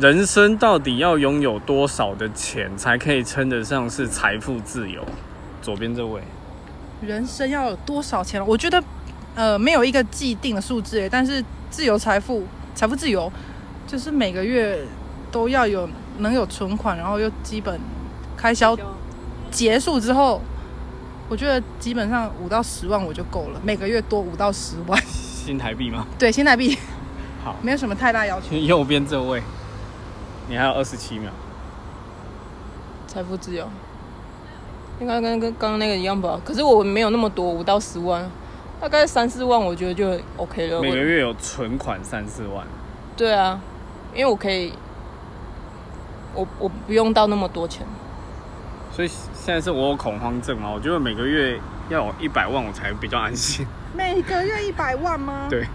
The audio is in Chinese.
人生到底要拥有多少的钱，才可以称得上是财富自由？左边这位， 人生要有多少钱？我觉得，呃，没有一个既定的数字耶，但是自由财富，财富自由，就是每个月都要有能有存款，然后又基本开销结束之后，我觉得基本上五到十万我就够了，每个月多五到十万， 新台币吗？对，新台币好，没有什么太大要求，右边这位，你还有二十七秒。财富自由。应该跟跟刚刚那个一样吧，可是我没有那么多，五到十万，大概三四万，我觉得就 OK 呃了。每个我月有存款三四万，对啊，因为我可以，我我不用到那么多钱。所以现在是我有恐慌症嘛？我觉得每个月要有一百万我才比较安心。每个月一百万吗？对，